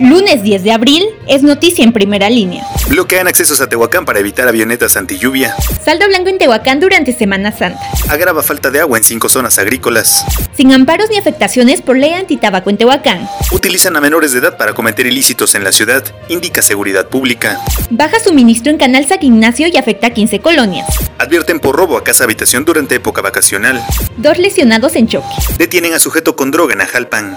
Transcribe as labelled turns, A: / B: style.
A: Lunes 10 de abril es noticia en primera línea.
B: Bloquean accesos a Tehuacán para evitar avionetas anti lluvia.
A: Saldo blanco en Tehuacán durante Semana Santa.
B: Agrava falta de agua en cinco zonas agrícolas.
A: Sin amparos ni afectaciones por ley antitabaco en Tehuacán.
B: Utilizan a menores de edad para cometer ilícitos en la ciudad, indica seguridad pública.
A: Baja suministro en Canal San Ignacio y afecta a 15 colonias.
B: Advierten por robo a casa habitación durante época vacacional.
A: Dos lesionados en choque.
B: Detienen a sujeto con droga en Ajalpan.